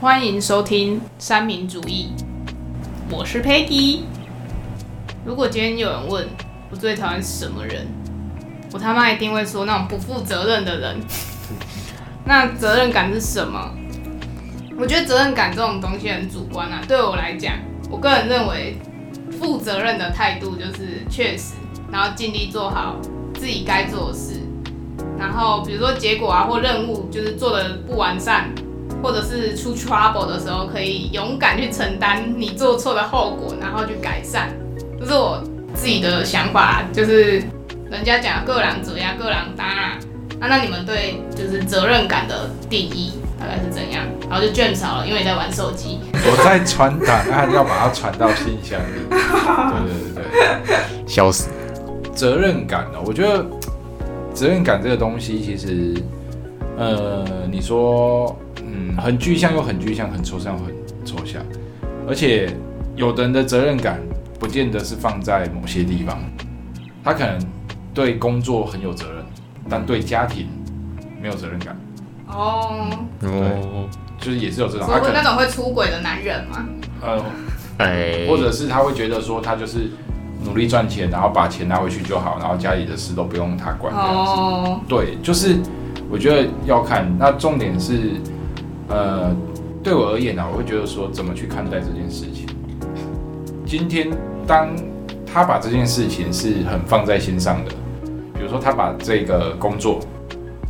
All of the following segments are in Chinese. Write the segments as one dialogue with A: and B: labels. A: 欢迎收听《三民主义》，我是 Peggy。如果今天有人问我最讨厌什么人，我他妈一定会说那种不负责任的人。 那责任感是什么？我觉得责任感这种东西很主观啊。对我来讲，我个人认为负责任的态度就是确实，然后尽力做好自己该做的事。然后比如说结果啊或任务，就是做的不完善，或者是出 trouble 的时候，可以勇敢去承担你做错的后果，然后去改善。这是我自己的想法啊，就是人家讲各狼者呀，各狼当啊。啊，那你们对就是责任感的定义大概是怎样？然后就卷少了，因为你在玩手机。
B: 我在传档案，要把它传到信箱里。对对对
C: 笑死。
B: 对，责任感呢、我觉得责任感这个东西，其实，呃，你说，嗯，很具象又很具象，很抽象又很抽象，而且有的人的责任感不见得是放在某些地方，他可能对工作很有责任，但对家庭没有责任感，
A: 哦，
C: 哦，
B: 就是也是有这种，他
A: 所
B: 可
A: 谓那
B: 能
A: 种会出轨的男人嘛，
B: 呃
C: 哎，
B: 或者是他会觉得说他就是努力赚钱，然后把钱拿回去就好，然后家里的事都不用他管这样子。
A: 哦，
B: 对，就是我觉得要看，那重点是，呃，对我而言呢、我会觉得说怎么去看待这件事情。今天当他把这件事情是很放在心上的，比如说他把这个工作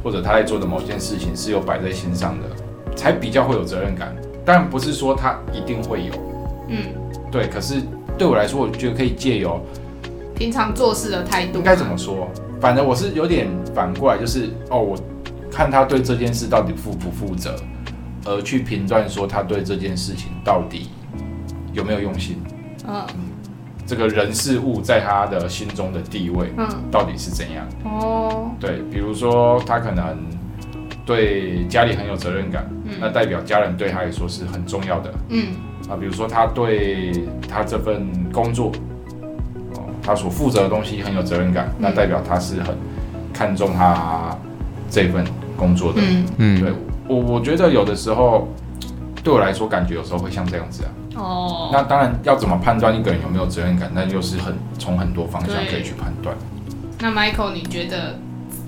B: 或者他在做的某件事情是有摆在心上的，才比较会有责任感。当然不是说他一定会有，
A: 嗯，
B: 对，可是对我来说，我觉得可以借由
A: 平常做事的态度
B: 应该怎么说？反正我是有点反过来，就是哦，我看他对这件事到底负不负责，而去评断说他对这件事情到底有没有用心，
A: 嗯
B: 这个人事物在他的心中的地位
A: 嗯，
B: 到底是怎样？
A: 哦，
B: 对，比如说他可能对家里很有责任感，那
A: 嗯
B: 代表家人对他来说是很重要的。
A: 嗯
B: 啊，比如说他对他这份工作，哦，他所负责的东西很有责任感，那代表他是很看重他这份工作的。
A: 嗯，
B: 对
C: 嗯，
B: 我，我觉得有的时候对我来说，感觉有时候会像这样子啊。
A: 哦，
B: 那当然要怎么判断一个人有没有责任感，那又是很从很多方向可以去判断。
A: 那 Michael，你觉得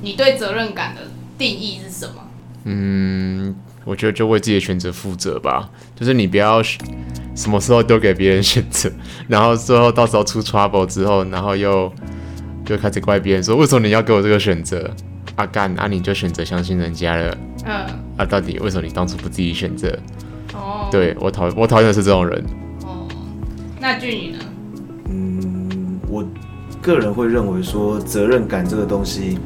A: 你对责任感的定义是什么？
C: 嗯，我觉得就为自己的选择负责吧，就是你不要什么时候丢给别人选择，然后最后到时候出 trouble 之后，然后又就开始怪别人说为什么你要给我这个选择？啊干，啊你就选择相信人家了，
A: 嗯，
C: 啊到底为什么你当初不自己选择？
A: 哦，，
C: 对我讨我讨厌的是这种人，
A: 哦，那俊宇呢？
D: 嗯，我个人会认为说责任感这个东西，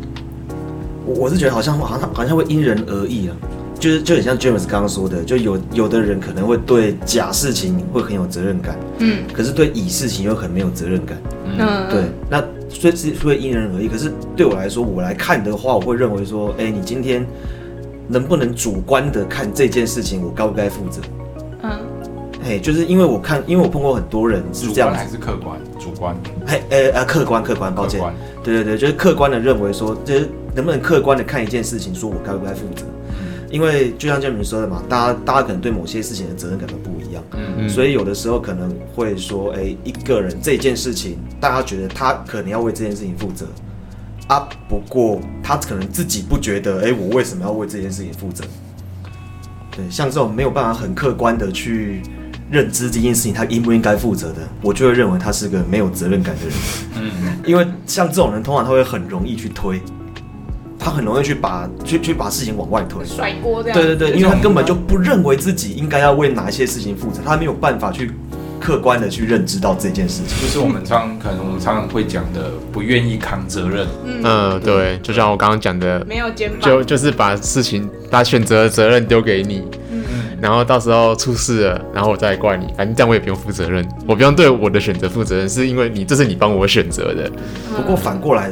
D: 我我是觉得好像好像好像会因人而异啊，就是就很像 James 刚刚说的，就有有的人可能会对甲事情会很有责任感，
A: 嗯
D: 可是对乙事情又很没有责任感。
A: 嗯，
D: 对，，那所以是会因人而异。可是对我来说，我来看的话，我会认为说，哎、你今天能不能主观的看这件事情，我该不该负责？
A: 嗯
D: 哎、就是因为我看，因为我碰过很多人是
B: 主
D: 这样
B: 观
D: 子
B: 还，是客观？主观，
D: 嘿，呃呃，客观客观，抱
B: 客
D: 歉，
B: 观。
D: 对对对，就是客观的认为说，就是能不能客观的看一件事情，说我该不该负责？因为就像建明说的嘛，大家大家可能对某些事情的责任感都不一样，
B: 嗯
C: 嗯
D: 所以有的时候可能会说，哎、一个人这件事情，大家觉得他可能要为这件事情负责啊，不过他可能自己不觉得，哎、我为什么要为这件事情负责？对，像这种没有办法很客观的去认知这件事情，他应不应该负责的，我就会认为他是个没有责任感的人。
B: 嗯，
D: 因为像这种人，通常他会很容易去推，他很容易去把去去把事情往外推。
A: 嗯甩锅这样，
D: 对对对，因为他根本就不认为自己应该要为哪一些事情负责，他没有办法去客观的去认知到这件事情。
B: 就是我们常可能我们常常会讲的，不愿意扛责任。
A: 嗯，
C: 嗯对，就像我刚刚讲的，
A: 没有肩膀，
C: 就就是把事情把选择的责任丢给你，
B: 嗯，
C: 然后到时候出事了，然后我再怪你，反正这样我也不用负责任，我不用对我的选择负责任，是因为你这是你帮我选择的，
A: 嗯
D: 不过反过来，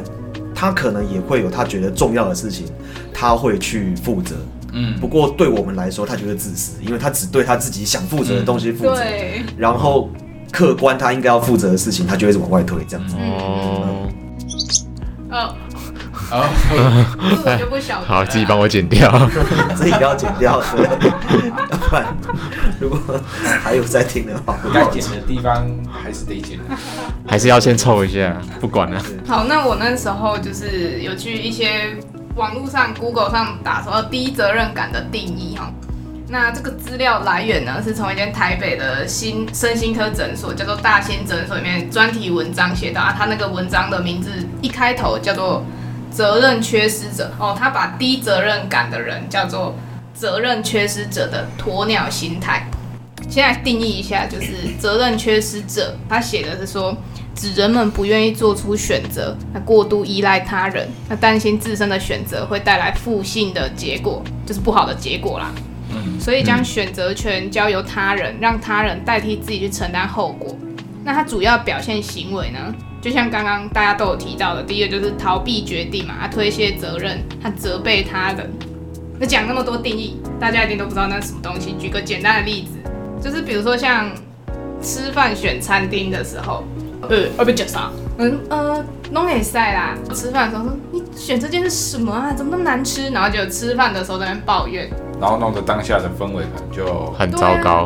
D: 他可能也会有他觉得重要的事情，他会去负责。
B: 嗯
D: 不过对我们来说，他觉得自私，因为他只对他自己想负责的东西负
A: 嗯
D: 责，
A: 对，
D: 然后客观他
C: 嗯
D: 应该要负责的事情，他就会一直往外推，这样子。
A: 嗯
C: 哦，
A: 呃，
B: 啊，
A: 这我就不晓得了。
C: 好，自己帮我剪 掉。
D: 自己不要剪掉，对，要 不然如果还有在听的话，我
B: 该剪的地方还是得剪。
C: 还是要先凑一下，不管了。
A: 好，那我那时候就是有去一些网络上、Google 上打说低责任感的定义哈。那这个资料来源呢，是从一间台北的新身心科诊所，叫做大仙诊所里面专题文章写到啊，他那个文章的名字一开头叫做“责任缺失者”哦，他把低责任感的人叫做责任缺失者的鸵鸟心态。先来定义一下，就是责任缺失者，他写的是说，指人们不愿意做出选择，那过度依赖他人，那担心自身的选择会带来负性的结果，就是不好的结果啦。嗯所以将选择权交由他人，让他人代替自己去承担后果。那他主要表现行为呢，就像刚刚大家都有提到的，第一个就是逃避决定嘛，他推卸责任，他责备他人。那讲那么多定义，大家一定都不知道那是什么东西。举个简单的例子，就是比如说像吃饭选餐厅的时候，呃，要不要啥？嗯呃，弄给塞啦。吃饭的时候说你选这件是什么啊？怎么那么难吃？然后就吃饭的时候在那边抱怨。
B: 然后弄得当下的氛围可能就
C: 很糟糕，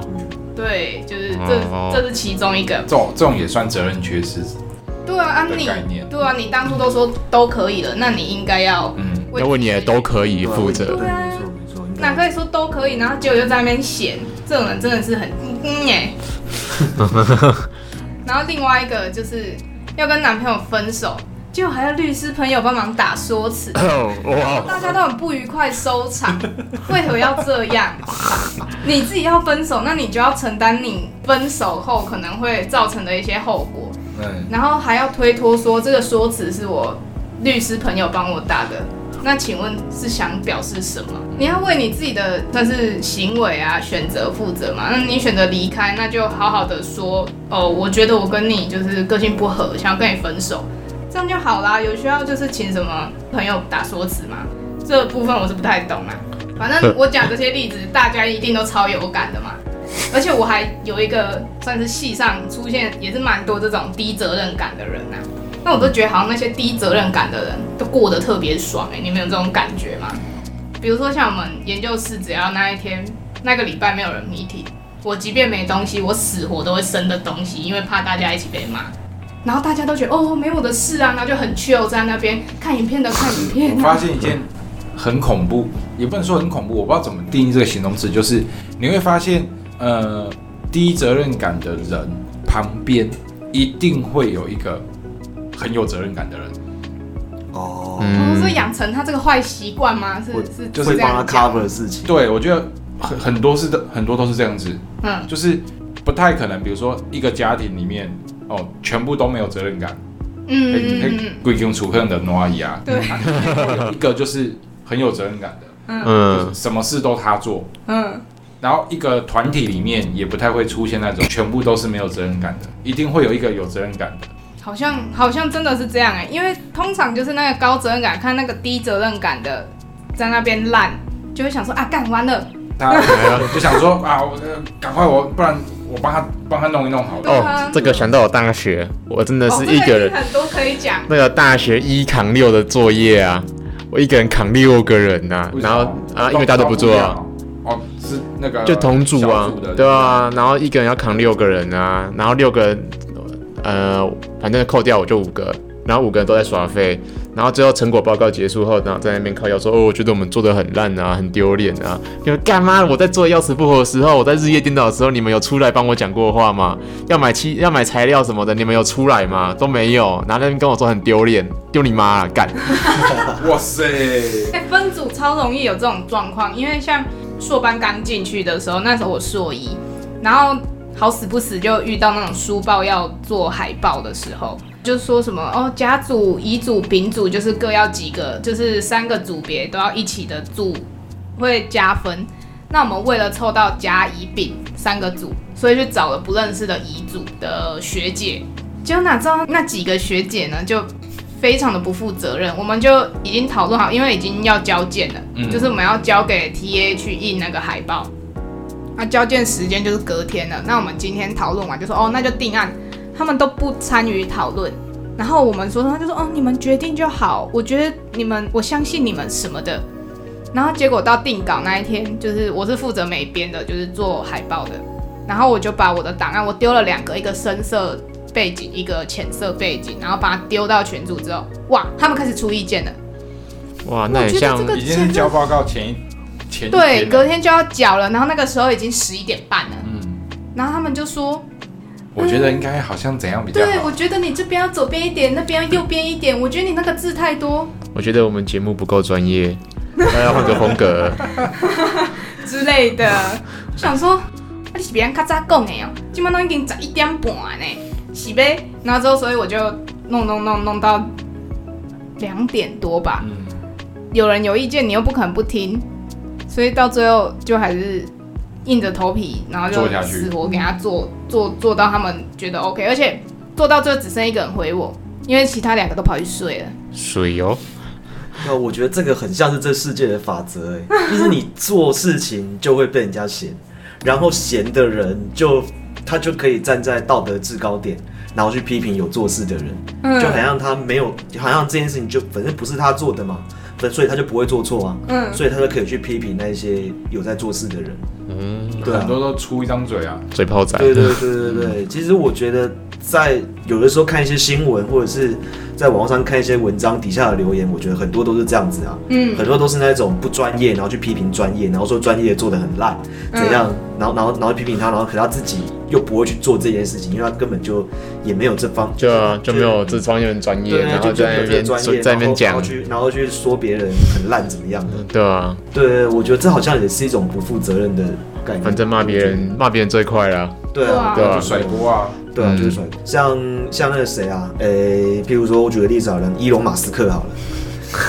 A: 对，就是这、
C: 哦
A: 这是其中一个。
B: 这种这种也算责任缺失。
A: 对啊，啊
B: 的
A: 你
B: 概念
A: 对啊，你当初都说都可以了，那你应该要
B: 嗯，
C: 要为你的都可以
D: 对
C: 负
D: 对，
C: 责。，
D: 没错没错，应该
A: 哪可以说都可以，然后结果又在那边闲，这种人真的是很嗯嗯哎。然后另外一个就是要跟男朋友分手，结果还要律师朋友帮忙打说辞
C: 哦哇，
A: 大家都很不愉快收场。 为何要这样？你自己要分手，那你就要承担你分手后可能会造成的一些后果。
B: 嗯，
A: 然后还要推脱说这个说辞是我律师朋友帮我打的。那请问是想表示什么？你要为你自己的算是行为啊选择负责嘛？那你选择离开，那就好好的说哦，我觉得我跟你就是个性不合，想要跟你分手，这样就好啦。有需要就是请什么朋友打说辞吗？这部分我是不太懂啊。反正我讲这些例子，大家一定都超有感的嘛。而且我还有一个算是系上出现也是蛮多这种低责任感的人呐、那我都觉得好像那些低责任感的人都过得特别爽哎、你们有这种感觉吗？比如说像我们研究室，只要那一天那个礼拜没有人 meeting，我即便没东西，我死活都会生的东西，因为怕大家一起被骂。然后大家都觉得哦没我的事啊，然后就很 chill 在那边看影片的看影片、
B: 我
A: 啊。
B: 发现一件很恐怖，也不能说很恐怖，我不知道怎么定义这个形容词，就是你会发现，呃，低责任感的人旁边一定会有一个很有责任感的人，
D: 哦，
A: 我
C: 嗯
A: 是养成他这个坏习惯吗？是
D: 我
A: 是
D: 就是会
A: 这
D: 帮他
A: 样讲
D: cover 的事情，
B: 对我觉得很很多是的，很多都是这样子，
A: 嗯，
B: 就是不太可能，比如说一个家庭里面。哦，全部都没有责任感，
A: 嗯嗯
D: 哎
B: 嘿
A: 嗯
B: 嘿
A: 嗯
B: 归根除恨的诺伊啊，
A: 对
B: 啊，有 一个就是很有责任感的，
C: 嗯，
B: 什么事都他做，
A: 嗯。
B: 然后一个团体里面也不太会出现那种全部都是没有责任感的，一定会有一个有责任感的。
A: 好像好像真的是这样哎、因为通常就是那个高责任感看那个低责任感的在那边烂，就会想说啊干完了，
B: 他就想说啊，我呃赶快我，不然我帮他帮他弄一弄好了。
C: 哦，这个想到我大学，我真的是一
A: 哦这
C: 个人
A: 已经，很多可以讲，
C: 那个大学一扛六的作业啊，我一个人扛六个人呐、
B: 为什
C: 然
B: 么
C: 后啊，因为大家都不做啊，。
B: 哦，是那个
C: 就同组啊
B: 小的，
C: 对啊，然后一个人要扛六个人啊，然后六个人，呃，反正扣掉我就五个，然后五个人都在耍废，然后最后成果报告结束后，然后在那边靠腰说，哦，我觉得我们做的很烂啊，很丢脸啊，你们干嘛？我在做得要死不活的时候，我在日夜颠倒的时候，你们有出来帮我讲过话吗？要买漆，要买材料什么的，你们有出来吗？都没有，然后在那边跟我说很丢脸，丢你妈啊， 干！
B: 哇塞，
A: 哎、分组超容易有这种状况，因为像硕班刚进去的时候，那时候我硕一，然后好死不死就遇到那种书报要做海报的时候，就说什么哦甲组、乙组、丙组就是各要几个，就是三个组别都要一起的组会加分。那我们为了凑到甲、乙、丙三个组，所以就找了不认识的乙组的学姐，结果哪知道那几个学姐呢就非常的不负责任，我们就已经讨论好，因为已经要交件了，
B: 嗯
A: 就是我们要交给 TA 去印那个海报。那交件时间就是隔天了，那我们今天讨论完就说哦，那就定案。他们都不参与讨论，然后我们说，他就说，哦，你们决定就好，我觉得你们，我相信你们什么的。然后结果到定稿那一天，就是我是负责美编的，就是做海报的。然后我就把我的档案，我丢了两个，一个深色背景，一个浅色背景，然后把它丢到群组之后，哇，他们开始出意见了。
C: 哇，那
A: 我
C: 很
A: 觉得
C: 像
A: 这个
B: 已经是交报告前一前一
A: 对，
B: 天了
A: 隔天就要缴了，然后那个时候已经十一点半了，
B: 嗯，
A: 然后他们就说，
B: 我觉得应该好像怎样比较
A: 对我
B: 好。
A: 觉得你这边要左边一点，那边要右边一点，我觉得你那个字太多
C: 我觉得我们节目不够专业，大家换个风格。
A: 之类的。我想说，啊、你是别人较早讲的哦，今晚都已经十一点半呢，是呗？然后之后，所以我就弄弄弄弄到两点多吧。
B: 嗯，
A: 有人有意见，你又不肯不听，所以到最后就还是硬着头皮，然后
B: 做下
A: 就
B: 去
A: 死活给他做做做到他们觉得 OK，而且做到最后只剩一个人回我，因为其他两个都跑去睡了。
C: 水哦，
D: 那我觉得这个很像是这世界的法则、哎，就是你做事情就会被人家嫌，然后嫌的人就他就可以站在道德制高点，然后去批评有做事的人，就好像他没有，好像这件事情就反正不是他做的嘛，反所以他就不会做错啊，
A: 嗯
D: 所以他就可以去批评那些有在做事的人，对啊
B: 很多都出一张嘴啊，
C: 嘴炮仔。
D: 对对对对
C: 嗯
D: 对，其实我觉得在有的时候看一些新闻，或者是在网络上看一些文章底下的留言，我觉得很多都是这样子啊，
A: 嗯
D: 很多都是那种不专业，然后去批评专业，然后说专业做的很烂，
A: 嗯
D: 怎样，然后然后然后批评他，然后可他自己又不会去做这件事情，因为他根本就也没有这方，
C: 就啊就没有这方面的专业，
D: 对啊，
C: 然
D: 就
C: 后
D: 就没
C: 在
D: 有
C: 那
D: 这个
C: 边
D: 专业，
C: 在那边
D: 然后然后
C: 讲，
D: 去然后去说别人很烂怎么样的，
C: 对啊，
D: 对，我觉得这好像也是一种不负责任的概念，
C: 反正骂别人
D: 嗯
C: 骂别人最快了。
D: 对
A: 对
D: 啊
A: 啊，
B: 对
C: 对
B: 啊，
C: 啊
B: 就甩锅啊，
D: 对啊，
C: 嗯
D: 就是甩锅。像像那个谁啊，诶、譬如说我举个例子好了，伊隆马斯克好 了，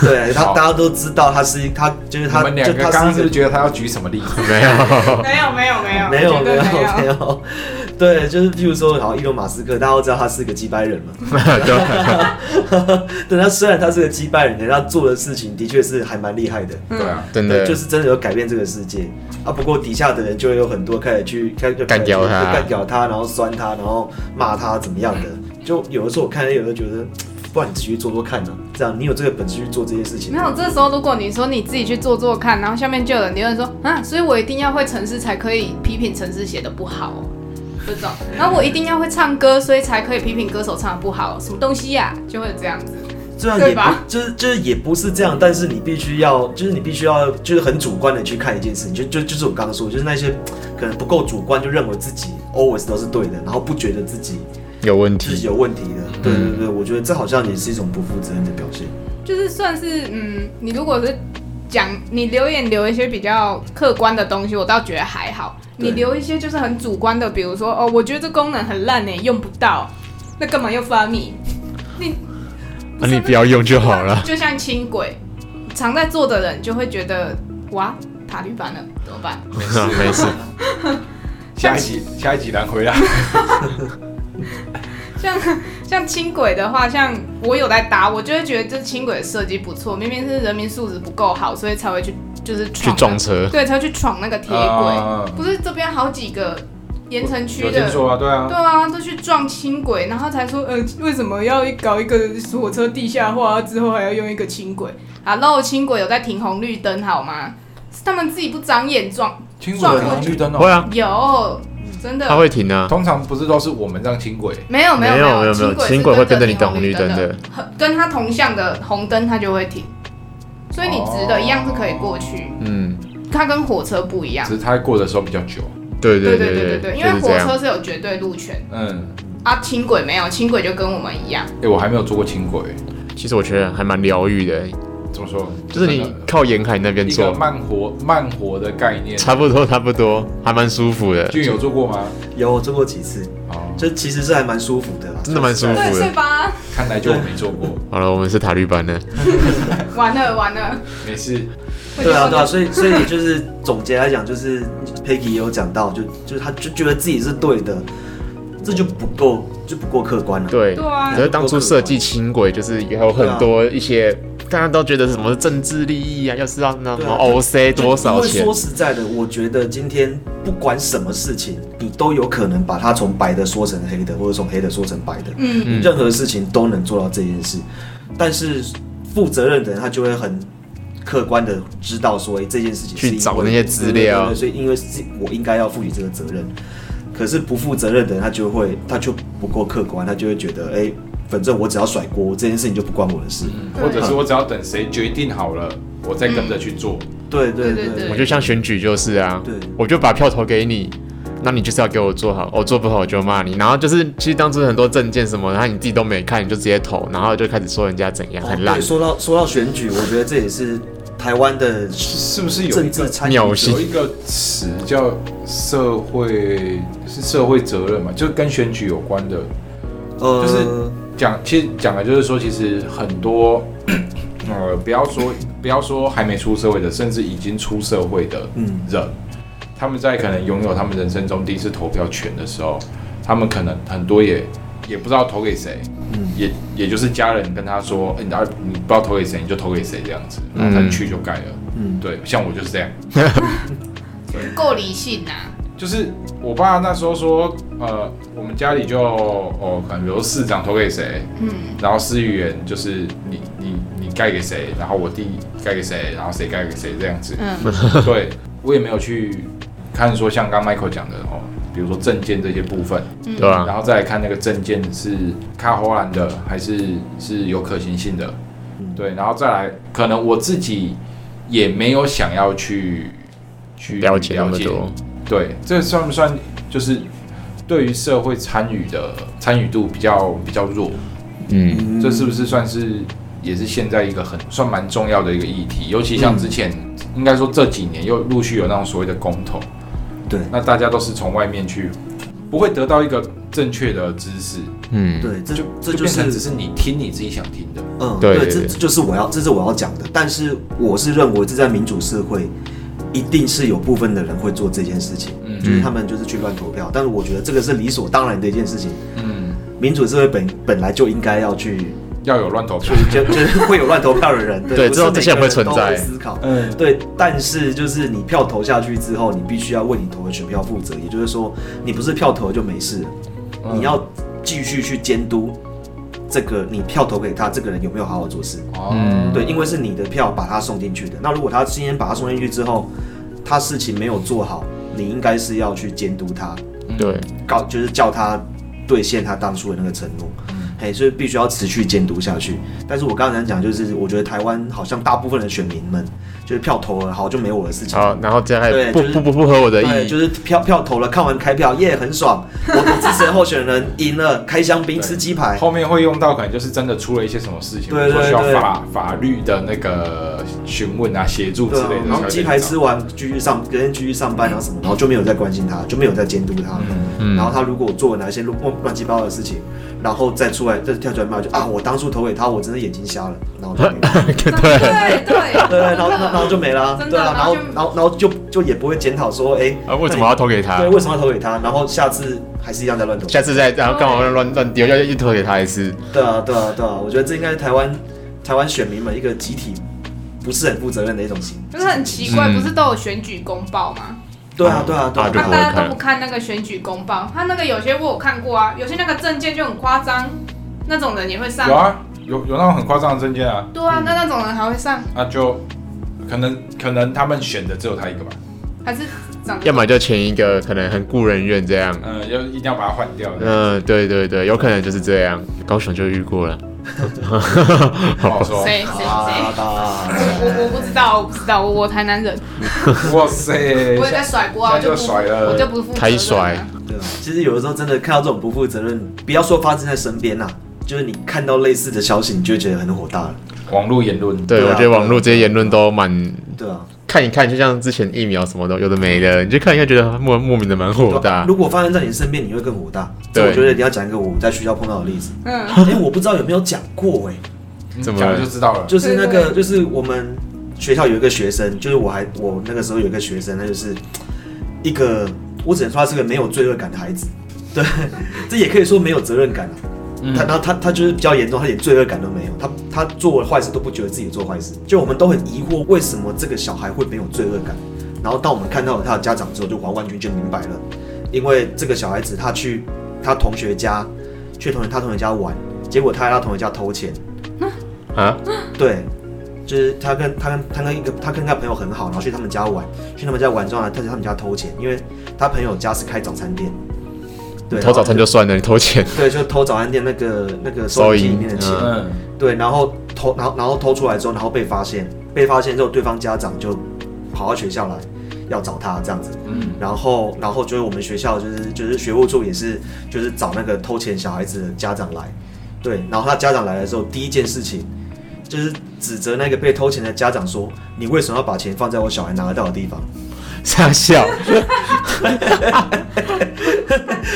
D: 对他
B: 好
D: 大家都知道他是一他就是
B: 你
D: 他
B: 们两
D: 就
B: 个刚刚
D: 他
B: 是不
D: 是一
B: 是
D: 个
B: 觉得他要举什么例 子？
C: 没有，
A: 没有没有没有
D: 没有
A: 绝
D: 没
A: 对
D: 有没有，对，就是譬如说好伊隆马斯克，大家都知道他是个鸡掰人 嘛，对，他虽然他是个鸡掰人，但他做的事情的确是还蛮厉害的。
B: 对啊，
C: 真的
D: 对，就是真的有改变这个世界啊！不过底下的人就会有很多开始去开始
C: 干掉他
D: 开始去干掉他，然后酸他，然后骂他怎么样的。就有的时候我看，有的觉得，不然你自己去做做看呢、这样你有这个本事去做这件事情
A: 没。有，这时候如果你说你自己去做做看，然后下面就有人留言说啊，所以我一定要会程式才可以批评程式写的不好、哦，这种。然后我一定要会唱歌，所以才可以批评歌手唱的不好、什么东西呀、就会有这样子。
D: 虽然
A: 对
D: 也不
A: 吧
D: 就是就是也不是这样，但是你必须要，就是你必须要，就是很主观的去看一件事情。就就就是我刚刚说，就是那些可能不够主观，就认为自己 always 都是对的，然后不觉得自己
C: 有问
D: 自己
C: 题。
D: 有问题的。对对对，我觉得这好像也是一种不负责任的表现。
A: 就是算是嗯，你如果是讲你留言留一些比较客观的东西，我倒觉得还好。你
D: 对
A: 留一些就是很主观的，比如说哦，我觉得这功能很烂呢、欸用不到，那干嘛要发明？你
C: 那啊你不要用就好了。
A: 就像轻轨，常在坐的人就会觉得哇，塔绿班了怎么办？
C: 没事，
D: 嗯
B: 下一集下一集咱回来。
A: 像像轻轨的话，像我有在搭，我就会觉得这轻轨的设计不错，明明是人民素质不够好，所以才会去就是闯
C: 去
A: 那
C: 撞车。
A: 对，才会去闯那个 铁轨。
B: 啊
A: 不是这边好几个盐城区
B: 有听
A: 的，
B: 说啊，对啊
A: 对，啊，都去撞轻轨，然后才说，呃，为什么要搞一个火车地下化，之后还要用一个轻轨？啊，绕轻轨有在停红绿灯好吗？是他们自己不长眼撞，
B: 轻轨
A: 撞
B: 有
A: 过
B: 红绿灯哦，
C: 会啊，
A: 有真
C: 他
A: 的
C: 会停啊。
B: 通常不是都是我们让轻轨，
A: 没有没有
C: 没有没有没有
A: 有，
C: 轻轨
A: 轨
C: 会
A: 跟
C: 跟
A: 着
C: 着你等红绿灯
A: 的
C: 的，
A: 和跟它同向的红灯它就会停，所以你直的一样是可以过去，
C: 嗯，
A: 它跟火车不一样
B: 只。是它过的时候比较久。
C: 对
A: 对
C: 对
A: 对对
C: 对，
A: 对，因
C: 就
A: 为
C: 是
A: 火
C: 这样。
A: 车是有绝对路权
B: 嗯，
A: 啊，轻轨没有，轻轨就跟我们一样。
B: 哎，我还没有坐过轻轨，
C: 其实我觉得还蛮疗愈的，
B: 怎么说？
C: 就是你靠沿海那边
B: 一个
C: 坐，
B: 慢活慢活的概念，
C: 差不多差不多，还蛮舒服的。
B: 俊有做过吗？
D: 有做过几次，
B: 哦，
D: 就其实是还蛮舒服的啦，
C: 真的蛮舒服
A: 对，
C: 对
A: 是吧？
B: 看来就我没做过，
C: 好了，我们是塔绿班的，
A: 完了完了，
B: 没事。
D: 对啊，对啊，所以所以就是总结来讲，就是 Peggy 也有讲到，就就是他就觉得自己是对的，这就不够就不够客观了。
C: 对
A: 对啊
C: 可是当初设计轻轨就是有很多一些大家都觉得是什么政治利益啊，要是要那什
D: 对
C: 么
D: 啊
C: OC 多少
D: 因为
C: 钱，
D: 说实在的，我觉得今天不管什么事情，你都有可能把它从白的说成黑的，或者从黑的说成白的。
A: 嗯，
C: 嗯
D: 任何事情都能做到这件事，但是负责任的人他就会很客观的知道说，哎、这件事情是因为
C: 去找那些资料
D: 对对对所以因为是我应该要负起这个责任。可是不负责任的人，他就会他就不够客观，他就会觉得，哎、反正我只要甩锅，这件事情就不关我的事。
B: 嗯或者是我只要等谁决定好了，我再跟着去做。
D: 对对
A: 对
D: 对
A: 对
C: 我觉得像选举就是啊
D: 对，
C: 我就把票投给你，那你就是要给我做好，我、做不好我就骂你。然后就是其实当初很多证件什么，然后你自己都没看，你就直接投，然后就开始说人家怎样、
D: 哦
C: 很烂
D: 对，说到说到选举，我觉得这也是台湾的
B: 是不是有一
D: 政治
B: 个
D: 参与
C: 鸟
D: 者
C: 性
B: 有一个词叫社会是社会责任嘛，就跟选举有关的。
D: 呃，
B: 就是讲其实讲的就是说，其实很多 呃，不要说不要说还没出社会的，甚至已经出社会的
D: 嗯
B: 人，他们在可能拥有他们人生中第一次投票权的时候，他们可能很多也也不知道投给谁，
D: 嗯
B: 也也就是家人跟他说，哎你啊你不知道投给谁，你就投给谁这样子，然后他
C: 嗯
B: 去就改了。
D: 嗯，
B: 对，像我就是这样。
A: 够理性啊呐、
B: 就是我爸那时候说，呃，我们家里就哦，可能比如市长投给谁，
A: 嗯，。
B: 然后市议员就是你你你盖给谁，然后我弟盖给谁，然后谁盖给谁这样子
A: 嗯，
B: 对我也没有去看说像刚 Michael 讲的哦，比如说证件这些部分，
C: 对吧、
B: 然后再来看那个证件是卡荷兰的还是是有可行性的，对，然后再来可能我自己也没有想要去去
C: 了解那么多，
B: 对，这算不算就是对于社会参与的参与度比较比较弱？
C: 嗯，
D: 嗯
B: 这是不是算是也是现在一个很算蛮重要的一个议题？尤其像之前，应该说这几年又陆续有那种所谓的公投，
D: 对
B: 那大家都是从外面去，不会得到一个正确的知识，
C: 嗯，
D: 对，这这
B: 就
D: 就
B: 变成
D: 是
B: 只是你听你自己想听的。
D: 嗯，
C: 对
D: 对，
C: 对
D: 这
C: 对
D: 这就是我要，这是我要讲的。但是我是认为这在民主社会，一定是有部分的人会做这件事情，
B: 嗯
D: 就是他们就是去乱投票。但是我觉得这个是理所当然的一件事情，
B: 嗯，
D: 民主社会本本来就应该要去，
B: 要有乱投票
D: 去。就 就是会有乱投票的人，
C: 对
D: 不
C: 这
D: 是
C: 种这些人
D: 每个
C: 会存
D: 都
C: 在
D: 思考。
B: 嗯，
D: 对，但是就是你票投下去之后，你必须要为你投的选票负责，也就是说，你不是票投了就没事了，
B: 嗯
D: 你要继续去监督这个你票投给他这个人有没有好好做事。
B: 哦
C: 嗯
D: 对，因为是你的票把他送进去的。那如果他今天把他送进去之后，他事情没有做好，你应该是要去监督他，
C: 嗯对，
D: 告就是叫他兑现他当初的那个承诺。
B: 嗯
D: 嘿，所以必须要持续监督下去。但是我刚才讲，就是我觉得台湾好像大部分的选民们，就是票投了，好就没我的事情。
C: 好，然后再还
D: 对
C: 不
D: 就是
C: 不不不合我的
D: 对，
C: 意，
D: 就是票票投了，看完开票，耶、很爽。我的支持的候选人赢了，开香槟，吃鸡排。
B: 后面会用到，可能就是真的出了一些什么事情，比
D: 对
B: 如说需要
D: 对对
B: 法法律的那个询问啊、协助之
D: 对啊
B: 类的。，
C: 哦
D: 然后
B: 才会
D: 鸡
B: 被
D: 排
B: 找
D: 吃完，继续上，隔天继续上班，啊然后什么，然后就没有再关心他，就没有再监督他。
C: 嗯
D: 然后他如果做了哪些乱乱七八糟的事情，然后再出来再跳出来骂，就啊，我当初投给他，我真的眼睛瞎了，然后就没 了
A: 对对
D: 对，然后然后然后就没了啊，
A: 真的
D: 对
A: 然
D: 啊，然
A: 后
D: 后
A: 就
D: 然后然后就就也不会检讨说，哎，
C: 啊，为什么要投给他
D: 对，？为什么要投给他？然后下次还是一样在乱投。
C: 下次再然后干嘛乱乱丢，要要又投给他一次，
D: 对啊，对啊，对啊，我觉得这应该是台湾台湾选民们一个集体不是很负责任的一种行。
A: 就是很奇怪，
C: 嗯
A: 不是都有选举公报吗？
D: 对啊，对啊，对
C: 啊
D: 啊，
C: 就
A: 那
C: 不会
A: 大家
C: 看
A: 都不看那个选举公报，他那个有些我有看过啊，有些那个证件就很夸张，那种人也会上
B: 有。啊，有有那种很夸张的证件啊，
A: 对啊，那那种人还会上，
B: 那就可能可能他们选的只有他一个吧，
A: 还是长得
C: 要么就前一个可能很雇人怨这样。
B: 嗯、要一定要把它换掉的，
C: 嗯，对对对，有可能就是这样。高雄就遇过了，呃
B: 不好说。
C: 哦
A: 谁谁谁？我我我
D: 啊，
A: 不知道，我不知道，我我台南人，
B: 哇塞，
A: 我也在甩锅啊，我
B: 现
A: 就
B: 在就
A: 不
B: 甩
C: 呃
B: 了
A: 我就不负责任啊
C: 开甩
D: 对啊。其实有的时候真的看到这种不负责任，不要说发生在身边呐、就是你看到类似的消息，你就会觉得很火大了。
B: 网络言论，
C: 对
D: 对啊
C: 我觉得网络这些言论都蛮
D: 对啊，
C: 看一看，就像之前疫苗什么的，有的没的，你就看一看，觉得莫莫名的蛮火
D: 对啊
C: 大。
D: 如果发生在你身边，你会更火大。这
C: 对
D: 我觉得你要讲一个我在学校碰到的例子。
A: 嗯，
D: 哎、我不知道有没有讲过哎、
B: 你
C: 怎
B: 讲
C: 么
B: 了就知道了。
D: 就是那
A: 对
D: 个，就是我们学校有一个学生，就是我还我那个时候有一个学生，他就是一个，我只能说他是个没有罪恶感的孩子，对，这也可以说没有责任感啊。
B: 嗯
D: 他然后他他就是比较严重，他连罪恶感都没有，他他做了坏事都不觉得自己做坏事，就我们都很疑惑为什么这个小孩会没有罪恶感。然后当我们看到了他的家长之后，就完完全全明白了，因为这个小孩子他去他同学家，去同学他同学家玩，结果他在他同学家偷钱，
C: 啊，
D: 对，就是他跟他跟他跟一个他跟他朋友很好，然后去他们家玩，去他们家玩之后呢，他去他们家偷钱，因为他朋友家是开早餐店，对，啊
C: 偷早餐就算了，你偷钱，
D: 对，就偷早餐店那个那个
C: 收
D: 收银机
C: 银
D: 里面的钱，
C: 嗯
B: 嗯，
D: 对，然后偷，然后然后偷出来之后，然后被发现，被发现之后，对方家长就跑到学校来要找他这样子，
B: 嗯，
D: 然后然后就是我们学校就是就是学务处也是就是找那个偷钱小孩子的家长来，对，然后他家长来的时候，第一件事情就是指责那个被偷钱的家长说，你为什么要把钱放在我小孩拿得到的地方？
C: 傻笑，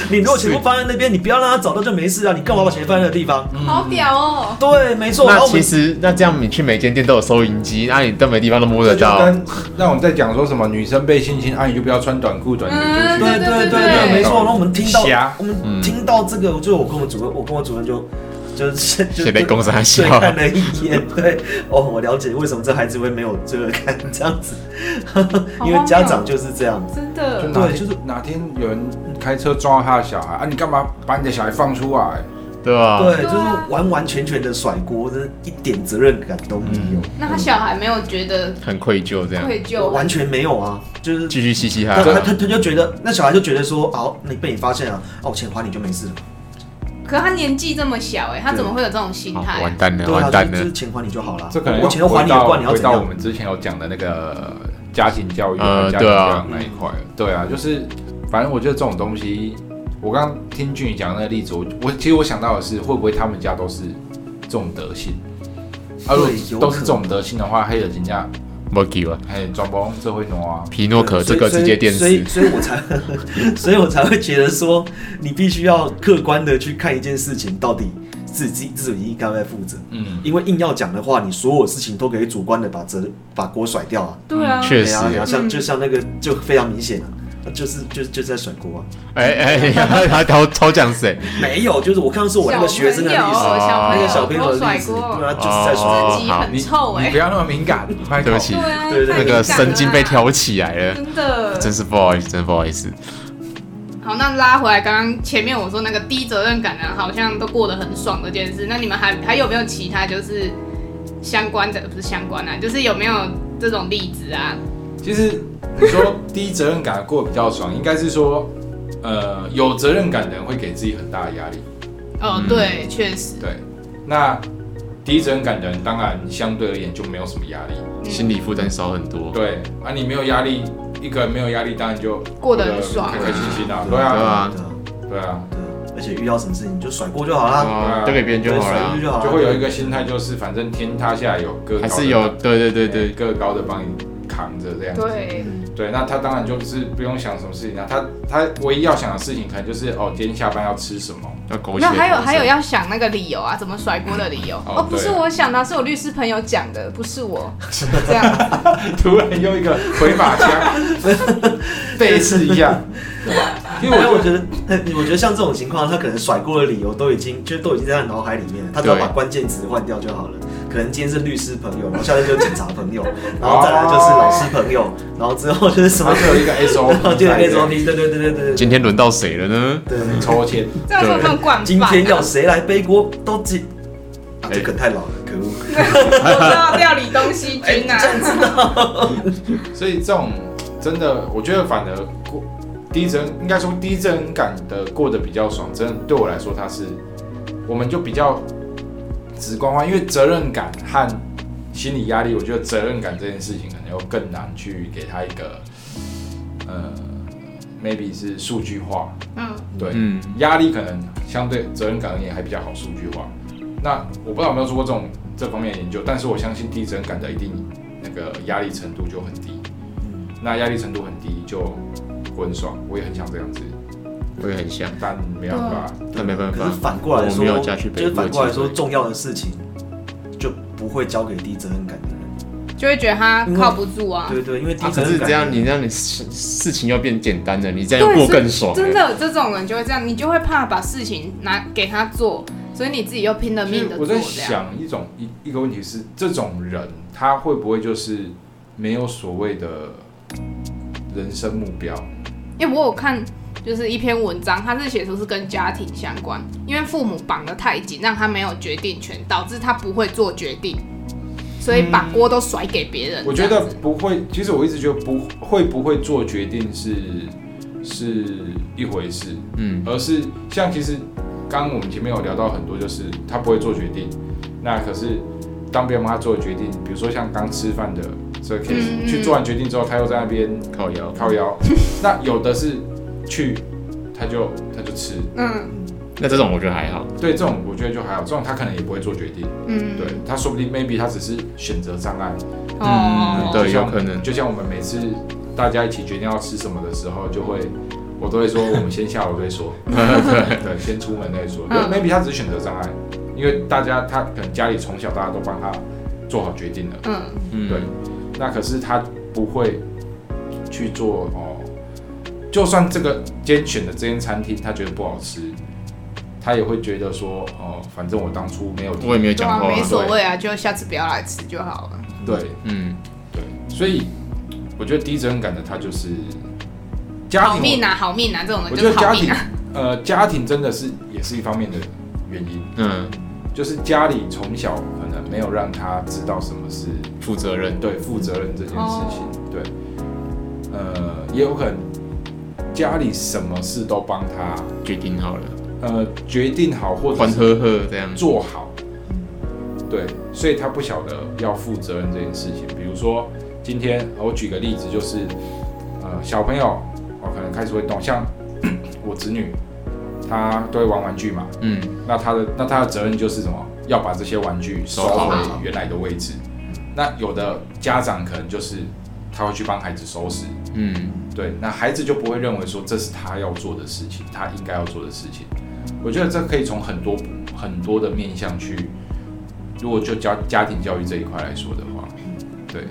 D: 你如果全部放在那边，你不要让他找到就没事啊，你干嘛把钱放在那个地方？
A: 好屌哦！
D: 对，没错，
C: 嗯
D: 然
C: 那
D: 后我
C: 其
D: 们
C: 实那这样你去每间店都有收银机，那、你到每地方都摸
B: 这
C: 得
B: 就
D: 啊
C: 到，
B: 跟那我们在讲说什么女生被性侵，啊，你就不要穿短裤短裙出
A: 嗯
B: 去。
D: 对
A: 对
D: 对对，
A: 对
D: 没错。然后我们听到
B: 侠，
D: 我
C: 嗯
D: 们听到这个，就我跟我主任，我跟我主任就就是 就
C: 谁被攻杀
D: 对
C: 笑
D: 看了一眼，对，哦，我了解为什么这孩子会没有罪恶感这样子，因为家长就是这样。
A: 真
B: 呃就
A: 的，
B: 哪
D: 对
B: 天
D: 就是
B: 哪天有人开车撞到他的小孩啊，你干嘛把你的小孩放出来？
C: 对吧、
D: 对，
A: 对
D: 就
A: 啊
D: 是完完全全的甩锅，真的一点责任感都没
C: 嗯
D: 有，
A: 那他小孩没有觉得
C: 很愧疚这样，
A: 愧疚，
D: 完全没有啊，就是
C: 继续嘻嘻哈
D: 他啊他
C: 哈，
D: 他他就觉得那小孩就觉得说，哦，你被你发现了，哦，我钱还你就没事了，
A: 可他年纪这么小哎、他怎么会有这种心
C: 好
A: 态、
C: 完
A: 啊？
C: 蛋了，
D: 对啊，
C: 完
D: 就
C: 蛋
D: 是就
C: 了
D: 是，钱还你就好了，
B: 这可能
D: 我
B: 要
D: 钱都还
B: 回
D: 你了，
B: 到
D: 不然你要
B: 回
D: 怎
B: 到我
D: 样？
B: 们之前有讲的那个家庭教育、
C: 呃
B: 家庭
C: 对啊
B: 教养那一块。对啊，就是反正我觉得这种东西，我刚刚听俊宇讲那个例子，我我其实我想到的是，会不会他们家都是这种德性？啊，如
D: 对有
B: 果都是这
D: 可
B: 种德性的话，黑尔金价，
C: 莫给啊，
B: 嘿，装崩这会挪啊。
C: 皮诺可这个直接电
D: 所以
C: 死，
D: 所以所以我才， 所以我才会觉得说，你必须要客观的去看一件事情到底自己自己应该不该负责，
B: 嗯，
D: 因为硬要讲的话，你所有事情都可以主观的把责把锅甩掉啊。
A: 对啊，
C: 确实
D: 对啊，然后像
A: 嗯
D: 就像那个就非常明显啊，就是就就是在甩锅啊。
C: 哎哎，他他超超讲谁？
D: 没有，就是我看到是我那个学生的例
A: 小
D: 子，啊
A: 朋友
D: 那个小
A: 小
D: 朋
A: 朋
D: 友
A: 友
D: 的
A: 都甩
D: 例子，
A: 锅，
D: 对啊，就是在甩
C: 哦
D: 锅。
A: 自己
C: 好
A: 很臭
B: 你
A: 哎、
B: 不要那么敏 感，Michael
C: 对不起
A: 对啊，
D: 对对
A: 太
C: 那
A: 敏
C: 个
A: 感了
C: 神经被
A: 啦，
C: 挑起来了，
A: 真的，
C: 真是不好意思，真不好意思。
A: 好，那拉回来，刚刚前面我说那个低责任感啊，好像都过得很爽这件事，那你们还还有没有其他就是相关的，不是相关啊，就是有没有这种例子啊？
B: 其实你说低责任感过得比较爽，应该是说，呃，有责任感的人会给自己很大的压力。
A: 哦，对，确实，
B: 对，那低责任感的人当然相对而言就没有什么压力。
A: 嗯
C: 心理负担少很多。
B: 对，啊，你没有压力，一个人没有压力，当然就
A: 过得很爽
B: 开开心心啊。
C: 嗯
D: 对
B: 对啊，
D: 对啊，
B: 对啊，
D: 对啊，而且遇到什么事情你就甩锅就好啦，
C: 哦，丢给别人就
D: 啊对啊
C: 好
D: 甩
C: 了
D: 锅。就好啦，
B: 就会有一个心态，就是反正天塌下来有个
C: 还是有，对对对对，
B: 个高的帮你扛着这样。
A: 对，
D: 嗯
B: 对，那他当然就是不用想什么事情啊，他他唯一要想的事情可能就是哦，今天下班要吃什么。
C: 要狗血。
A: 那还有还有要想那个理由啊，怎么甩锅的理由？
B: 哦
A: 哦，不是
B: 对
A: 我想的啊，是我律师朋友讲的，不是我这样。
B: 突然用一个回马枪，背刺一下。对因为
D: 因为
B: 我
D: 哎我
B: 觉得
D: 觉得， 我觉得像这种情况，他可能甩锅的理由都已经，就都已经在他脑海里面了，他只要
C: 对
D: 把关键词换掉就好了。可能今天是律师朋友，然后下次就是警察朋友，然后再来就是老师朋友，然后之后就是什
B: 怎
D: 么
B: 么，会有一个
D: 然后
B: SOP，
D: 就有
B: 在
D: SOP，对对哦对对对对
C: 今天轮到谁了呢？
D: 对。
B: 抽签，
A: 这样会不会惯犯啊？
D: 今天 要谁来背锅都记，啊这梗太老了，可恶。
A: 我知道料理东西君
D: 哎
A: 啊，
B: 所以这种真的，我觉得反而过低真，应该说低真感的过得比较爽。真的对我来说，它是我们就比较直观化，因为责任感和心理压力，我觉得责任感这件事情可能又更难去给他一个呃，maybe 是数据化，
A: 嗯，
B: 对，
C: 嗯，
B: 压力可能相对责任感而言还比较好数据化。那我不知道有没有做过这种这方面的研究，但是我相信低责任感的一定那个压力程度就很低。那压力程度很低就我很爽，我也很想这样子，
C: 我也很想，
B: 但没办法。
C: 但没办
D: 可
C: 法
D: 是，反过来
C: 我没有
D: 说，
C: 加去北部的
D: 就是反过来说，
C: 机会
D: 重要的事情就不会交给低责任感的人。
A: 就会觉得他靠不住啊。
D: 对对，因为低
C: 啊，
D: 责
C: 可
D: 任
C: 是
D: 感
C: 这样你让你事事情要变简单
B: 哦
C: 了，你这样过更爽。
A: 真，的，这种人就会这样，你就会怕把事情拿给他做，所以你自己又拼了
B: 其
A: 啊命
B: 实
A: 的
B: 我
A: 做
B: 在
A: 这样。
B: 想一种一一个问题是，这种人他会不会就是没有所谓的人生目标？
A: 因为我有看就是一篇文章，它是写说是跟家庭相关，因为父母绑得太紧，让他没有决定权，导致他不会做决定，所以把锅都甩给别人。
B: 我觉
A: 这
B: 得
A: 样子
B: 不会，其实我一直觉得不会不会做决定是是一回事，
C: 嗯，
B: 而是像其实刚刚我们前面有聊到很多，就是他不会做决定，那可是当别人帮他做决定，比如说像刚吃饭的这个 case，、
A: 嗯嗯
B: 去做完决定之后，他又在那边
C: 靠腰，
B: 靠腰，那有的是去他就他就吃，
A: 嗯
C: 那这种我觉得还好，
B: 对这种我觉得就还好，这种他可能也不会做决定，
A: 嗯，
B: 对他说不定 maybe 他只是选择障碍，
A: 哦，
C: 对
B: 就像
C: 有可能
B: 就像我们每次大家一起决定要吃什么的时候，就会我都会说我们先下楼再 说，对，先出门再说。就
A: 嗯
B: maybe 他只是选择障碍，因为大家他可能家里从小大家都帮他做好决定了，
A: 嗯，
C: 嗯
B: 对，那可是他不会去做哦。就算这个今天选的这间餐厅他觉得不好吃，他也会觉得说哦，反正我当初没有提
C: 我也没有
A: 对
C: 讲
A: 啊，
C: 过、
A: 没
C: 啊，
A: 所谓啊，就下次不要来吃就好了。
B: 对。
C: 嗯，
B: 对，所以我觉得低责任感的他就是家
A: 好
B: 庭，
A: 命啊，好命啊，这种
B: 我
A: 人
B: 觉
A: 就
B: 得
A: 是好
B: 家
A: 命
B: 庭
A: 啊。
B: 呃家庭真的是也是一方面的原因，
C: 嗯，
B: 就是家里从小可能没有让他知道什么是
C: 负责任，
B: 对负责任这件事情，对，呃，也有可能家里什么事都帮他
C: 决定好了，
B: 呃决定好或者
C: 欢
B: 是
C: 呵呵这样，
B: 做好，对，所以他不晓得要负责任这件事情。比如说，今天呃我举个例子，就是呃，小朋友哦，可能开始会动，像 我侄女，她都会玩玩具嘛，
C: 嗯，
B: 那她的那她的责任就是什么？要把这些玩具收
C: 收
B: 回
A: 好
B: 原来的位置。那有的家长可能就是他会去帮孩子收拾，
C: 嗯，
B: 对，那孩子就不会认为说这是他要做的事情，他应该要做的事情。我觉得这可以从很多很多的面向去，如果就家家庭教育这一块来说的话，对，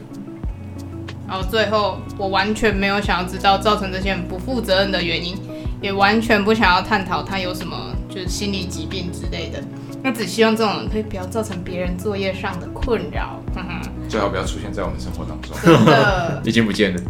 A: 然后最后，我完全没有想要知道造成这些人不负责任的原因，也完全不想要探讨他有什么就是心理疾病之类的。那只希望这种人可以不要造成别人作业上的困扰。嗯哼，
B: 最好不要出现在我们生活当中。
A: 真 的，
C: 已经不见了，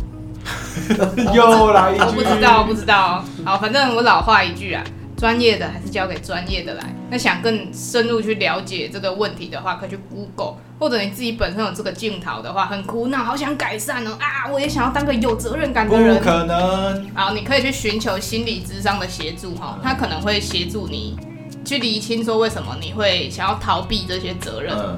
B: 又来一
A: 我不知道，我不知道。好，反正我老话一句啊，专业的还是交给专业的来。那想更深入去了解这个问题的话，可以去 Google，或者你自己本身有这个镜头的话，很苦恼，好想改善哦啊，我也想要当个有责任感的人。
B: 可能，
A: 好，你可以去寻求心理智商的协助哈，他可能会协助你去厘清说为什么你会想要逃避这些责任。
B: 嗯，